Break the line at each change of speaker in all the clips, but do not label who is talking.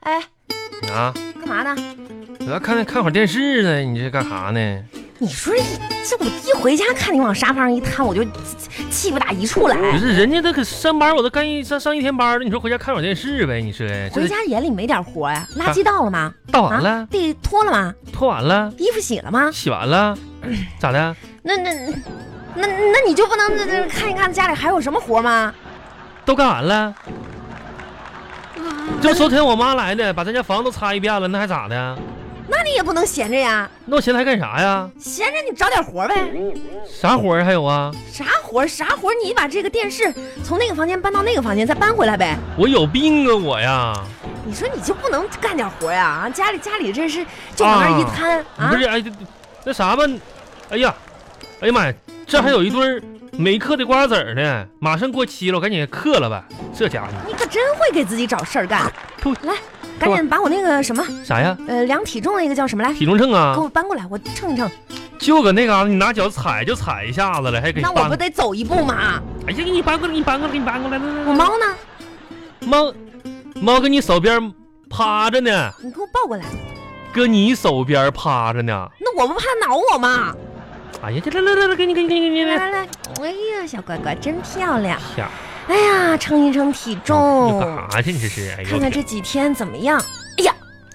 哎
啊看看会儿电视呢，你这干啥呢？
你说这我一回家看你往沙发上一瘫，我就气不打一处来。
不是，人家那可上班，我都干一上上一天班了，你说回家看会儿电视呗？你说这
回家眼里没点活呀、垃圾倒了吗？啊
倒完啊了，
地拖了吗？
拖完了，
衣服洗了吗？
洗 完了，咋的？
那那那那你就不能那那看一看家里还有什么活吗？
都干完了。
啊
就昨天我妈来的，把咱家房子都擦一遍了，那还咋的？
那你也不能闲着呀，
那我闲来干啥呀？
闲着你找点活呗。
啥活儿还有啊？
啥活儿啥活儿，你把这个电视从那个房间搬到那个房间，再搬回来呗。
我有病啊我呀！
你说你就不能干点活呀？啊，家里家里这是就往那儿一摊啊
不是，哎，这那啥吧，哎呀，哎呀妈呀，这还有一堆儿没嗑的瓜子儿呢，马上过期了，我赶紧嗑了吧。这家伙
你可真会给自己找事儿干。
吐
来，赶紧把我那个什么，
啥呀？
呃，量体重那个叫什么来，
体重秤啊
给，我搬过来，我称一称。
就搁那嘎达，你拿脚踩就踩一下子了，还给你
那我
搬
不。得走一步吗？
哎呀，给你搬过来，给你搬过来，给你搬过来，来来
我
来，
猫呢？
猫猫跟你手边趴着呢，
你给我抱过来。
搁你手边趴着呢。
那我不怕挠我吗？
哎呀，这来来来来，给你给你给你给你。
来
给
来来，哎呀，小乖乖真漂亮。
你呀，
哎呀，称一称体
你
重，
干啥去？你这是？哎呦
看看这几天怎么样？哎呀，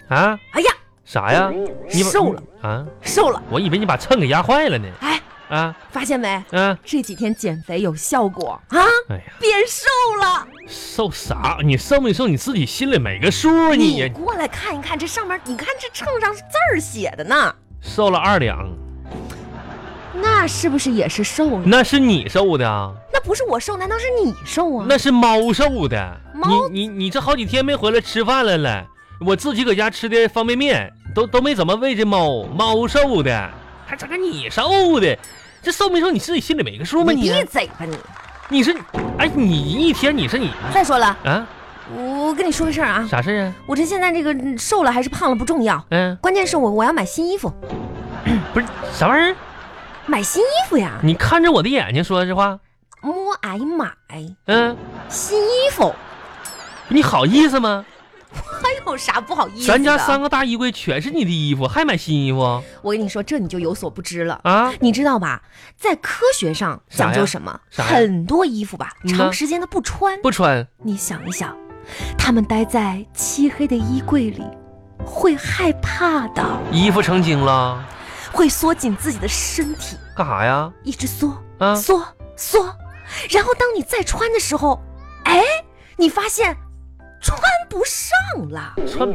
啊，
哎呀，
啥呀？你把
瘦了
啊？
瘦了。
我以为你把秤给压坏了呢。
哎，
啊
发现没？
啊！
这几天减肥有效果啊，
哎呀，
变瘦了。
瘦啥？你瘦没瘦？你自己心里没个数啊你
你
呀！
过来看一看，这上面你看这秤上字儿写的呢，
瘦了二两，
那是不是也是瘦了？
那是你瘦的啊？
那不是我瘦，难道是你瘦啊？
那是猫瘦的。
猫
你你你这好几天没回来吃饭来了，我自己搁家吃的方便面，都都没怎么喂这猫。猫瘦的，还整个你瘦的，这瘦没瘦你自己心里没个数吗？
你
你啊
闭嘴吧你！
你是哎，你一天你是你
再说了，
啊？
我跟你说个事儿啊，
啥事儿啊？
我这现在这个嗯瘦了还是胖了不重要，
嗯、
关键是我我要买新衣服，
不是啥玩意儿？
买新衣服呀，
你看着我的眼睛说这话，
摸矮买
嗯、
新衣服，
你好意思吗？
还有啥不好意思啊的？
咱家三，个大衣柜全是你的衣服，还买新衣服
我跟你说，这你就有所不知了。
啊？
你知道吧，在科学上
啥呀
讲究什么？
啥呀
很多衣服吧，
嗯呐
长时间的不穿，
不穿，
你想一想，他们待在漆黑的衣柜里，会害怕的，
衣服成精了，
会缩紧自己的身体，
干啥呀？
一直缩
啊，
缩缩。然后当你再穿的时候，哎，你发现穿不上了，啊
穿，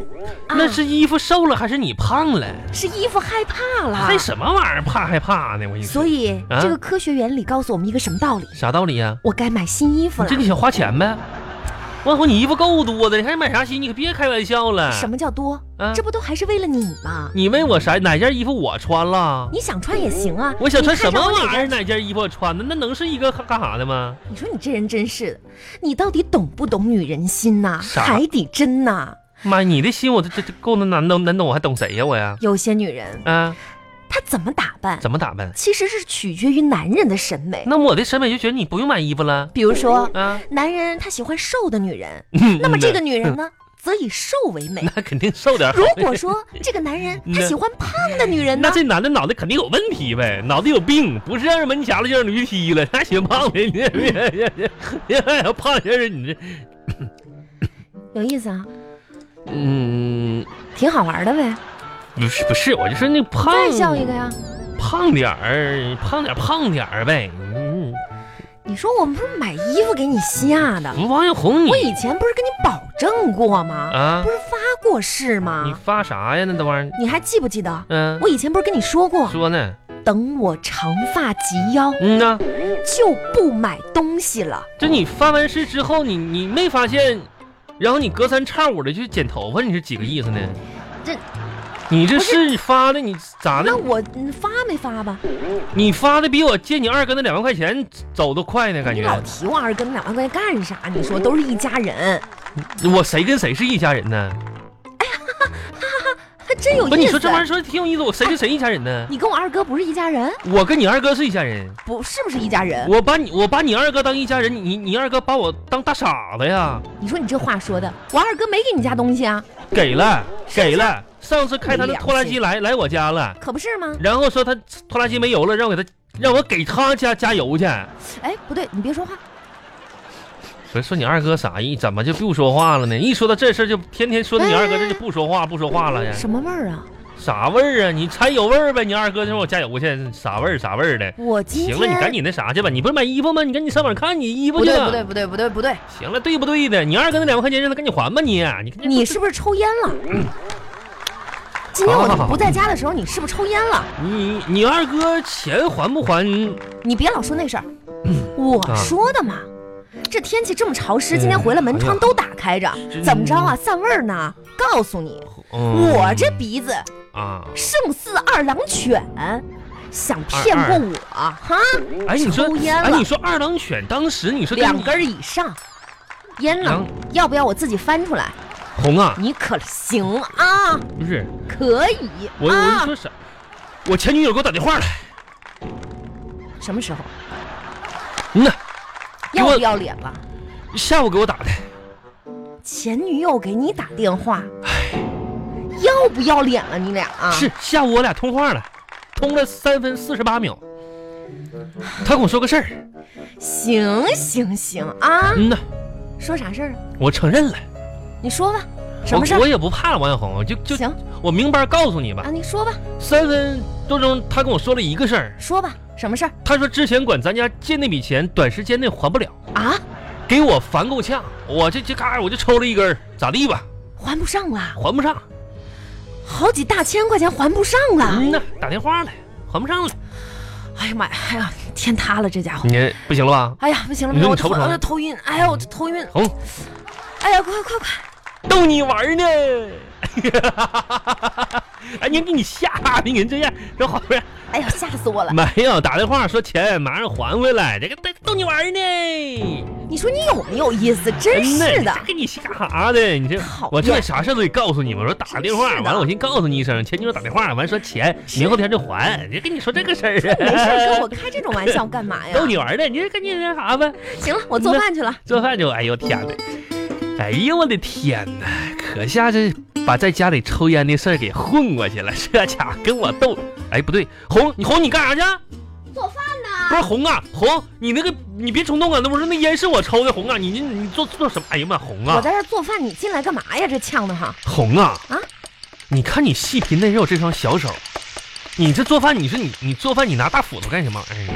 那是衣服瘦了还是你胖了？
是衣服害怕了
还。什么玩意儿怕害怕呢？我跟你说，
所以、
啊
这个科学原理告诉我们一个什么道理？
啥道理呀、
我该买新衣服
你
了。
这个想花钱呗？万红，你衣服够多的，你还买啥新？你可别开玩笑了。
什
么？
么叫多？
啊
这不都还是为了你吗？
你问我啥？哪件衣服我穿了？
你想穿也行啊。
我想穿什么
你看上
玩意
我哪
儿？
件
哪件衣服我穿的？那能是一个干干啥的吗？
你说你这人真是的，你到底懂不懂女人心呐、
啥
海底针呐、
妈，你的心我这这这够那难懂难懂，我还懂谁呀我呀？
有些女人
啊，
她怎么打扮，
怎么打扮？
其实是取决于男人的审美。
那我的审美就觉得你不用买衣服了
比如说，
啊。
男人他喜欢瘦的女人，
嗯
那么这个女人呢，则以瘦为美
那。嗯那肯定瘦点儿好。
如果说这个男人他喜欢胖的女人呢
那，这男的脑袋肯定有问题呗，脑袋有病，不是让人门夹了就让驴踢了， 还嫌胖的，你这胖些人你这
有意思啊，
嗯
挺好玩的呗。
不是不是，我就说那胖
再笑一个呀！
胖点儿，胖点儿胖点儿呗。嗯，
你说我们不是买衣服给你吓的？
王小红
我
你
以前不是跟你保证过吗？
啊
不，是发过誓
你
吗？
发啥呀？那都玩意儿，
你还记不记得？
嗯、
我以前不是跟你说过，
说呢，
等我长发及腰
嗯呐、
就不买东西了。
就你发完誓之后，你你没发现，然后你隔三差五的去剪头发，你是几个意思呢？
这，
你这
不是
是发的，你咋的
那？我嗯发没发吧？
你发的比我借你二哥那两万块钱走的快呢，感
你
觉。
老提我二哥那两万块钱干啥？你说都是一家人，
我谁跟谁是一家人呢？
还真有意
不，
思。
你说这玩意儿说挺有意思，我谁跟谁一家人呢？
你跟我二哥不是一家人？
我跟你二哥是一家人，
不是不是一家人？
我把你我把你二哥当一家人，你你你二哥把我当大傻子呀？
你说你这话说的，我二哥没给你家东西啊？
给了给了，上次开他的拖拉机来来我家了，
可不是吗？
然后说他拖拉机没油了，让我给他让我给他加加油去。
哎，不对，你别说话，
嗯不是说你二哥啥意？怎么就不说话了呢？一说到这事儿就天天说你二哥这就不说话不说话了呀？
什么味儿啊？
啥味儿啊？你才有味儿呗！你二哥就让我加油去，啥味儿啥味儿的。
我今天
行了，你赶紧那啥去吧。你不是买衣服吗？你赶紧上网看你衣服
不
去
对
吧。
不对不对不对不对，
行了，对不对的？你二哥那两万块钱让他赶紧还吧你，你赶紧
你是不是抽烟了？今天我就不在家的时候，你是不是抽烟了？
你你二哥钱还不还？
你别老说那事儿，
嗯
我
啊
说的嘛。这天气这么潮湿，今天回来门窗都打开着
嗯哎真，
怎么着啊？散味儿呢？告诉你，
嗯
我这鼻子
啊，
胜似二郎犬，想骗过我哈？
哎你说
抽烟
哎
了
你说二郎犬当时你说跟
两根儿以上，烟呢
两？
要不要我自己翻出来？
红啊，
你可行啊？
不是
可以
我我
啊
就？说啥？我前女友给我打电话了，
什么时候？
嗯呐，给
要
我
不要脸了？
下午给我打的，
前女友给你打电 话，要不要脸了？你俩啊？
是下午我俩通话了，通了三分四十八秒，他跟我说个事
啊
儿，
行行行啊，
嗯呐，
说啥事儿啊？
我承认了，
你说吧，什
我
么事
我
儿？
也不怕王小红，我就就
行
我明白告诉你吧
啊，，你说吧，
三分多钟他跟我说了一个事儿，
说吧，什么事儿
他说之前管咱家借那笔钱，短时间内还不了，
啊？
给我烦够呛，我这这嘎我就抽了一根儿，咋地吧，
还不上了，
还不上，
好几大千块钱还不上
嗯
了。
呐，打电话了，还不上了，
哎呀妈呀，哎呀，天塌了，这家伙。
你不行了吧？
哎呀，不行了，不
嗯你
行了，我
说你愁
头
不
我
愁
这头晕，哎呀，我这头晕，
红，
哎呀，快快快！
逗你玩儿呢。 哎，你给你吓的，你这样，这好不是？
哎呀，吓死我了！
没有打电话说钱马上还回来，这个逗逗你玩儿呢。
你说你有没有意思？
哎
真是的
这，给你吓啥的？你这
讨厌
我这啥事儿都得告诉你们。我说打个电话
真是，的
完了我先告诉你一声，前女友打电话，完了说钱明后天就还，就跟你说这个事儿
没事儿跟
啊
我。开这种玩笑干嘛呀
逗？你玩儿呢，你这赶紧那啥呗，
行了，我做饭去了。
做饭就哎呦天呐，哎呦我的天呐，可下这把在家里抽烟的事儿给混过去了， 这家伙跟我斗，哎不对，红你红你干啥去？
嗯做饭
不
呢？
是红啊，红你那个你别冲动啊，那不是那烟是我抽的，红啊，你你你做做什么？哎呀妈，红啊
我，在这儿做饭，你进来干嘛呀？这呛的哈！
红啊
啊！
你看你细皮嫩肉这双小手，你这做饭，你说你你做饭，你拿大斧头干什么？哎，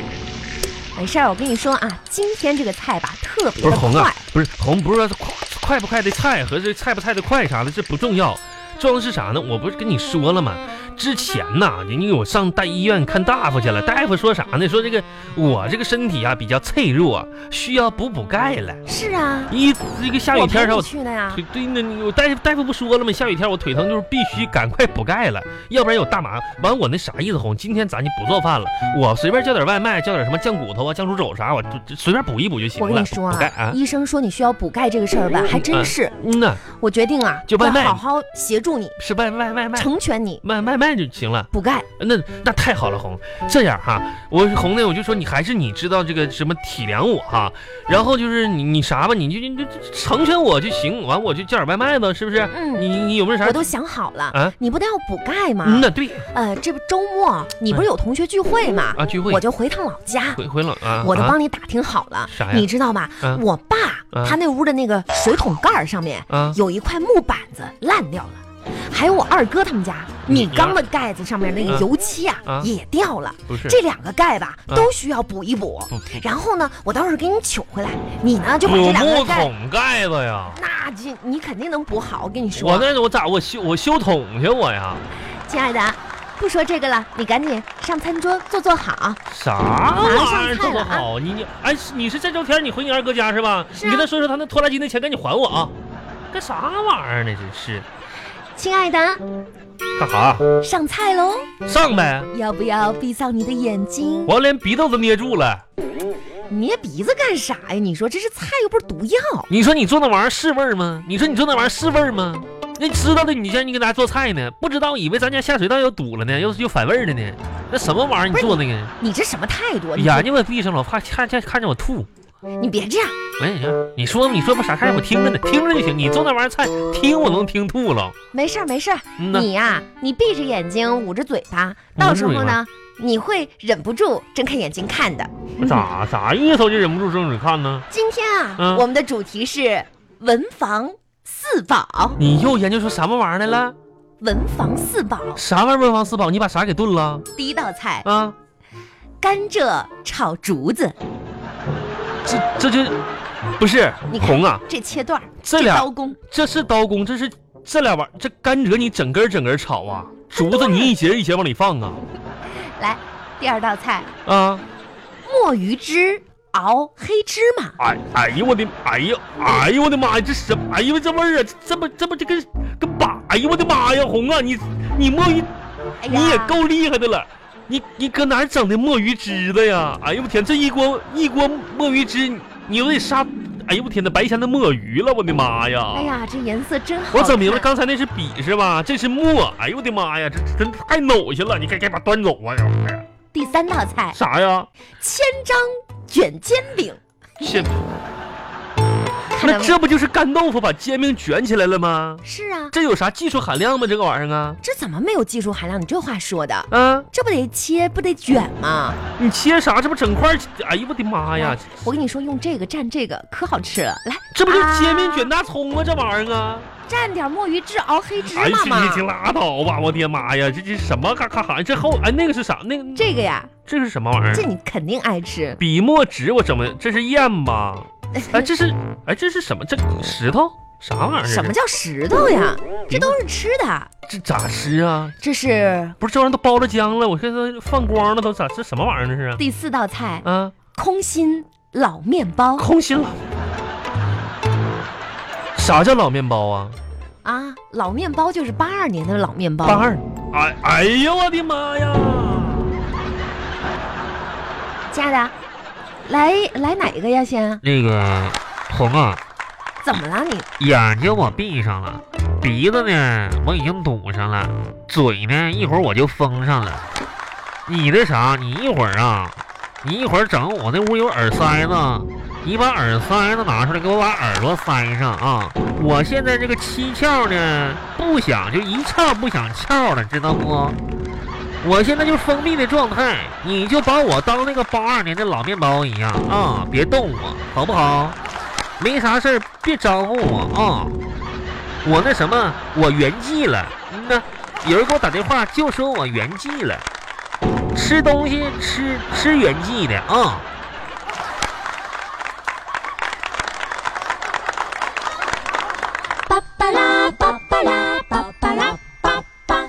没事儿，我跟你说啊，今天这个菜吧特别
不
的
是红
快
啊，，不是红，不是说快快不快的菜和这菜不菜的快啥的，这不重要，重要的是啥呢？我不是跟你说了吗？之前呐、你你我上大医院看大夫去了，大夫说啥呢？说这个我这个身体啊比较脆弱，需要补补钙了。
是啊，
一这个下雨
我陪
天儿啥，
你
我
去的呀。
对对，那你我大夫大夫不说了吗？下雨天我腿疼，就是必须赶快补钙了，要不然有大麻。完我那啥意思红，今天咱就不做饭了，我随便叫点外卖，叫点什么酱骨头啊、酱猪肘啥，我就就随便补一补就行了。
我跟你说
补钙
啊
啊，，
医生说你需要补钙这个事儿吧，还真是。
嗯呐，
我决定了，
就外
要
卖
好好协助你，
是外外外卖
成全你
外外卖就行了。
补钙。
那那太好了，红，这样哈，我红呢，我就说你还是你知道这个什么体谅我哈，然后就是你你啥吧，你就你就就成全我就行，完我就叫点外卖吧，是不是？
嗯，
你你你有没有啥
我？都想好了，
啊
你不得要补钙吗？
嗯呐，对
呃，这不周末你不是有同学聚会吗？
啊，聚会
我就回趟老家，
回回老啊，
我都
啊
帮你打听好了。
啥呀
你知道吧？
啊
我爸、
啊
他那屋的那个水桶盖儿上面
啊
有一块木板子烂掉了。还有我二哥他们家米缸的盖子上面那个
啊
油漆啊
啊
也掉了，
不是嗯
这两个盖吧
啊
都需要补一补。
不不
然后呢，我到时候给你取回来，你呢就把这
补
两个
哎木啊
盖，
桶盖子呀！
那这你肯定能补好。我跟你说，
我那我咋我修我修桶去我呀？
亲爱的，不说这个了，你赶紧上餐桌坐坐好。
啥
马上
玩意儿
菜
这
了
么
啊
好？你你哎，是你是这周天你回你二哥家是吧？
是啊
你跟他说说他那拖拉机那钱赶紧还我啊！干啥玩意儿呢？真是
亲爱的，
干啥？
上菜喽，
上呗！
要不要闭上你的眼睛？
我连鼻窦都捏住了。
捏鼻子干啥呀？你说这是菜又不是毒药。
你说你做那玩意儿是味儿吗？你说你做那玩意儿是味儿吗？那知道的你像你给大家做菜呢，不知道以为咱家下水道又堵了呢，又又反味儿了呢。那什么玩意儿你做那个？哎
你这什么态度？你
眼睛我闭上了，我怕看见看见我吐。
你别这样，
哎呀，你说你说吧，啥菜我听着呢，听着就行。你做那玩意儿菜，听我能听吐了。
没事儿没事儿，
嗯呐，
你呀、你闭着眼睛捂着嘴巴，到时候呢，你会忍不住睁开眼睛看的。
咋咋意思我就忍不住睁眼看呢？
今天啊，
嗯
我们的主题是文房四宝，
你又研究出什么玩意儿来了？
文房四宝
啥玩意儿文房四宝？你把啥给炖了
第一道菜
啊？
甘蔗炒竹子，
这这就嗯不是
你看
红啊？
这切段儿，
这
这
俩
刀工，
这是刀工，这是这俩玩意儿这甘蔗你整根儿整根儿炒啊，竹子你一节一节往里放啊
来，第二道菜
啊！
墨鱼汁熬黑芝麻，
哎哎呦我的哎呦哎呦我的妈呀！这什么哎呦这味儿啊！这这不这不这跟跟把哎呦我的妈呀！红啊你你墨鱼
哎呀，
你也够厉害的了，你你搁哪儿整的墨鱼汁的呀？哎呦我天，这一锅一锅墨鱼汁，你又得杀，哎呦我天呐，白天的墨鱼了，我的妈呀！
哎呀，这颜色真好看。
我整明白，刚才那是笔是吧？这是墨，哎呦我的妈呀，这这真太恶心了！你该该把端走啊！哎呀
第三道菜
啥呀？
千张卷煎饼，
这
看到
那
没？
这不就是干豆腐把煎饼卷起来了吗？
是啊，
这有啥技术含量吗？这个玩意儿啊？
这怎么没有技术含量？你这话说的，
啊，
这不得切不得卷吗？
你切啥？这不整块儿？哎呦我的妈呀！
我跟你说，用这个蘸这个可好吃了。来，
这不就是煎饼
啊
卷大葱吗？这玩意儿啊？
蘸点墨鱼汁熬黑芝
哎，
麻
你
嘛。
你拉倒吧！我的妈呀，这这什么咔咔喊？这后哎那个是啥？那个
这个呀，
这是什么玩意
这
儿？
你肯定爱吃。
笔墨纸我整的，这是砚吧？哎，这是哎这是什么？这石头啥玩意儿？
什么？叫石头呀？
笔
这
墨
都是吃的。
这咋吃啊？
这是
不是这玩意儿都包了浆了，我现在放光了都咋？这什么玩意儿这是？
第四道菜，
啊，
空心老面包
空心了。啥叫老面包啊？
啊，老面包就是八二年的老面包。
八二。哎哎呀，我的妈呀！
亲爱的，来来哪一个呀？先
那个红啊，
怎么了你？
眼睛我闭上了，鼻子呢我已经堵上了，嘴呢一会儿我就封上了。你那啥，你一会儿啊，你一会儿整我那屋有耳塞子，你把耳塞子拿出来，给我把耳朵塞上啊！我现在这个七窍呢不想，就一窍不想翘了，知道不？我现在就是封闭的状态，你就把我当那个八二年的老面包一样啊，别动我，好不好？没啥事儿，别招呼我啊、我那什么，我圆寂了。嗯呐，有人给我打电话，就说我圆寂了。吃东西吃吃圆寂的啊、
巴巴拉巴巴拉巴巴拉巴巴。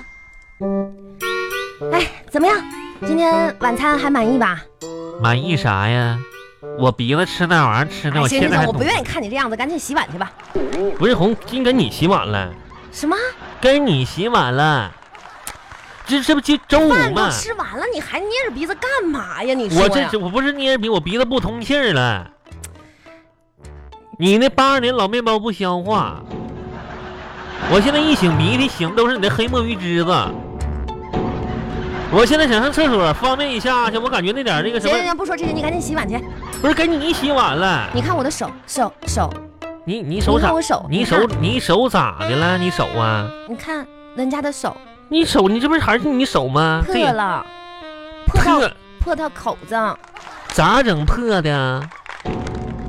哎，怎么样？今天晚餐还满意吧？
满意啥呀？我鼻子吃那玩意儿吃的，
哎
我
行
现
行
在
行，
还
我不愿意看你这样子，赶紧洗碗去吧。
不是红，今该你洗碗了，
什么？
该你洗碗了。这这不就周五
饭都
吗？
吃完了，你还捏着鼻子干嘛呀？你说
我
呀
这是我不是捏着鼻，我鼻子不通气儿了。你那八二年老面包不消化，我现在一擤鼻涕擤都是你的黑墨鱼汁子。我现在想上厕所方便一下去，我感觉那点儿那个什
行行
么，
行，不说这些，你赶紧洗碗去。
不是给你洗碗了，
你看我的手手手，
你你手
你
咋
看我手？
你
你
手
看
你手咋的了？你手啊？
你看人家的手
你手你这不是还是你手吗？
破了，破到
破
破到口子，
咋整破的？啊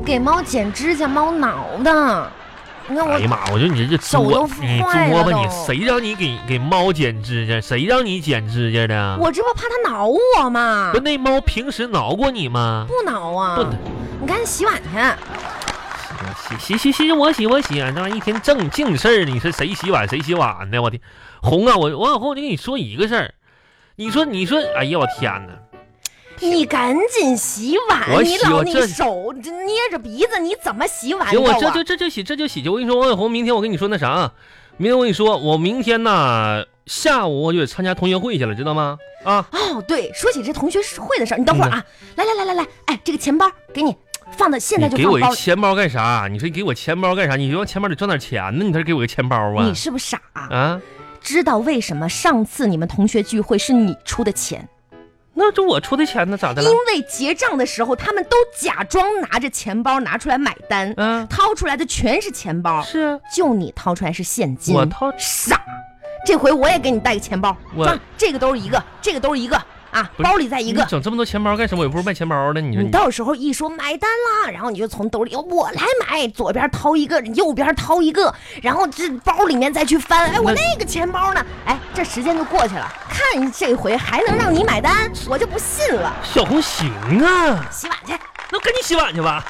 给猫剪指甲，猫挠的。你看我
哎呀妈！我说你这这
手
作
都
你
坏
作
了
吧你，
都
谁让你给给猫剪指甲？谁让你剪指甲的？
我这不怕它挠我吗
不，？那猫平时挠过你吗？
不挠啊
不，
你赶紧洗碗去。
洗洗洗洗，我洗我洗，啊那玩意一天正净事儿，你说谁洗碗谁洗碗呢？我天，红啊！我我往后我就跟你说一个事儿，你说你说，哎呀我天哪！
你赶紧洗
我
碗！你
洗
老
我
你
这
手这捏着鼻子，你怎么洗碗
行，
的
我
啊？
这就这就洗这就洗去。我跟你说，王小红，明天我跟你说那啥啊，明天我跟你说，我明天呐下午我就得参加同学会去了，知道吗？啊，
哦，对，说起这同学会的事儿，你等
嗯
会儿啊，来来来来来，哎，这个钱包给你，放到现在
你
就
给
放
我
包
一
里。
钱包干啥？你说你给我钱包干啥？你就往钱包里装点钱呢？你才给我个钱包啊
你？是不是傻啊、
啊，
知道为什么上次你们同学聚会是你出的钱，
那这我出的钱呢，咋的了
因？为结账的时候他们都假装拿着钱包拿出来买单，
嗯，
掏出来的全是钱包，
是啊，
就你掏出来是现金。
我掏
傻，这回我也给你带个钱包，
我
抓这个兜一个，这个兜一个啊，
不是
包里再一
你
个。
整这么多钱包干什么？我又不是卖钱包的，你说
你
你
到时候一说买单啦，然后你就从兜里我来买，左边掏一个，右边掏一个，然后这包里面再去翻，哎，我
那
那个钱包呢？哎，这时间就过去了，看这回还能让你买单，我就不信了。
小红行啊？
洗碗去。
那赶紧洗碗去吧。